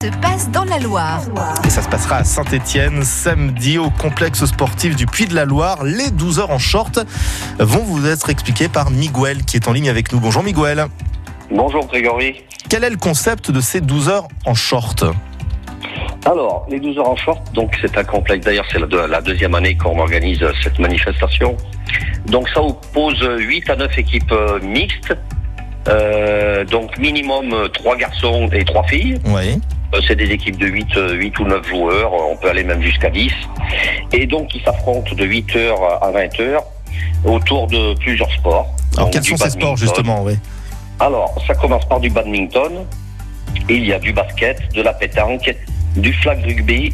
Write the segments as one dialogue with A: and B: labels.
A: se passe dans la Loire.
B: Et ça se passera à Saint-Etienne samedi au complexe sportif du Puy de la Loire. Les 12 heures en short vont vous être expliquées par Miguel qui est en ligne avec nous. Bonjour Miguel.
C: Bonjour Grégory.
B: Quel est le concept de ces 12 heures en short
C: Alors, les 12 heures en short, donc c'est un complexe. D'ailleurs, c'est la, deux- la deuxième année qu'on organise euh, cette manifestation. Donc, ça oppose euh, 8 à 9 équipes euh, mixtes. Euh, donc, minimum euh, trois garçons et trois filles.
B: Oui.
C: Euh, c'est des équipes de 8, euh, 8 ou 9 joueurs. Euh, On peut aller même jusqu'à 10. Et donc, ils s'affrontent de 8h à 20h autour de plusieurs sports.
B: Alors
C: Donc,
B: quels
C: du
B: sont ces sports
C: badminton.
B: justement oui.
C: Alors, ça commence par du badminton. Il y a du basket, de la pétanque, du flag rugby,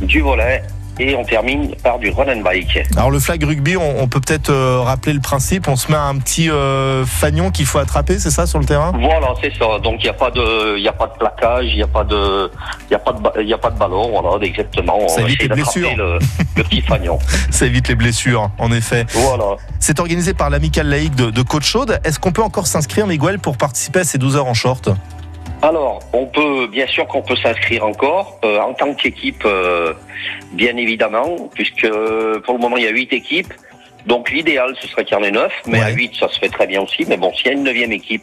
C: du volet et on termine par du run and bike.
B: Alors le flag rugby, on, on peut peut-être euh, rappeler le principe. On se met à un petit euh, fanion qu'il faut attraper, c'est ça, sur le terrain
C: Voilà, c'est ça. Donc il n'y a pas de, il y a pas de plaquage, il n'y a pas de, il y a pas de, ba- il y a pas de ballon. Voilà, exactement.
B: Ça
C: On
B: évite
C: essaie
B: les
C: d'attraper
B: blessures.
C: Le, le petit fagnon.
B: Ça évite les blessures, en effet.
C: Voilà.
B: C'est organisé par l'amicale laïque de, de Côte-Chaude. Est-ce qu'on peut encore s'inscrire, Miguel, pour participer à ces 12 heures en short
C: Alors, on peut, bien sûr qu'on peut s'inscrire encore euh, en tant qu'équipe, euh, bien évidemment, puisque euh, pour le moment il y a huit équipes. Donc l'idéal ce serait qu'il y en ait neuf, mais
B: Ouais.
C: à huit ça se fait très bien aussi. Mais bon, s'il y a une neuvième équipe,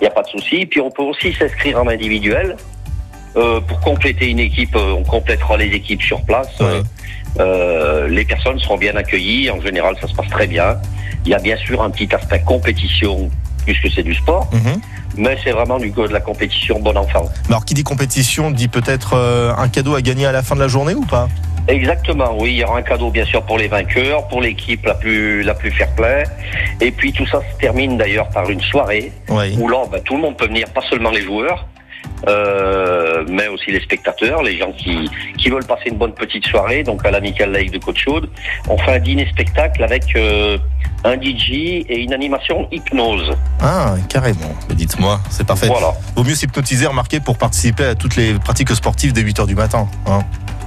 C: il n'y a pas de souci. Puis on peut aussi s'inscrire en individuel. Euh, pour compléter une équipe, euh, on complétera les équipes sur place. Euh,
B: Ouais.
C: euh, les personnes seront bien accueillies. En général, ça se passe très bien. Il y a bien sûr un petit aspect compétition, puisque c'est du sport
B: Mhm.
C: mais c'est vraiment du, de la compétition bon enfant.
B: Mais Alors qui dit compétition dit peut-être euh, un cadeau à gagner à la fin de la journée ou pas
C: Exactement, oui, il y aura un cadeau bien sûr pour les vainqueurs, pour l'équipe la plus la plus fair play. Et puis tout ça se termine d'ailleurs par une soirée
B: Oui.
C: où là bah, tout le monde peut venir, pas seulement les joueurs, euh, mais aussi les spectateurs, les gens qui, qui veulent passer une bonne petite soirée, donc à l'amicale laïque de Côte Chaude. On fait un dîner spectacle avec euh, un DJ et une animation hypnose.
B: Ah, carrément. Mais Dites-moi, c'est parfait.
C: Voilà.
B: Vaut mieux s'hypnotiser, remarquez, pour participer à toutes les pratiques sportives dès 8 heures du matin. hein.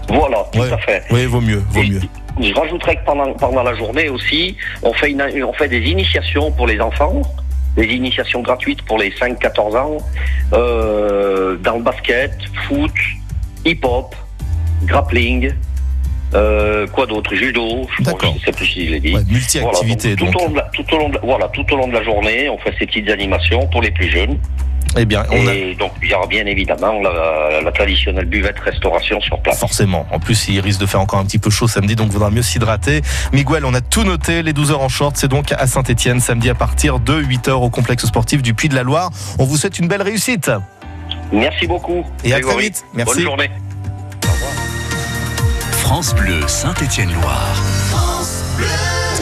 C: Voilà, tout
B: Ouais.
C: à fait.
B: Oui, vaut mieux, vaut
C: Et-
B: mieux.
C: Je rajouterais que pendant, pendant la journée aussi, on fait, une, on fait des initiations pour les enfants, des initiations gratuites pour les 5-14 ans, euh, dans le basket, foot, hip-hop, grappling, euh, quoi d'autre, judo, je ne
B: D'accord.
C: sais plus si je l'ai dit.
B: Ouais,
C: Voilà, donc,
B: multi-activité.
C: tout,
B: donc.
C: au long de la, tout au long de la- voilà, tout au long de la journée, on fait ces petites animations pour les plus jeunes.
B: Eh bien, on a
C: et donc, il y aura bien évidemment la, la traditionnelle buvette restauration sur place.
B: Forcément. En plus, il risque de faire encore un petit peu chaud samedi, donc il vaudra mieux s'hydrater. Miguel, on a tout noté. Les 12 heures en short, c'est donc à Saint-Etienne, samedi à partir de 8 heures au complexe sportif du Puy de la Loire. On vous souhaite une belle réussite
C: Merci beaucoup.
B: et à très
C: Grégory.
B: vite. Merci.
C: Bonne journée.
D: France Bleu Saint-Étienne-Loire.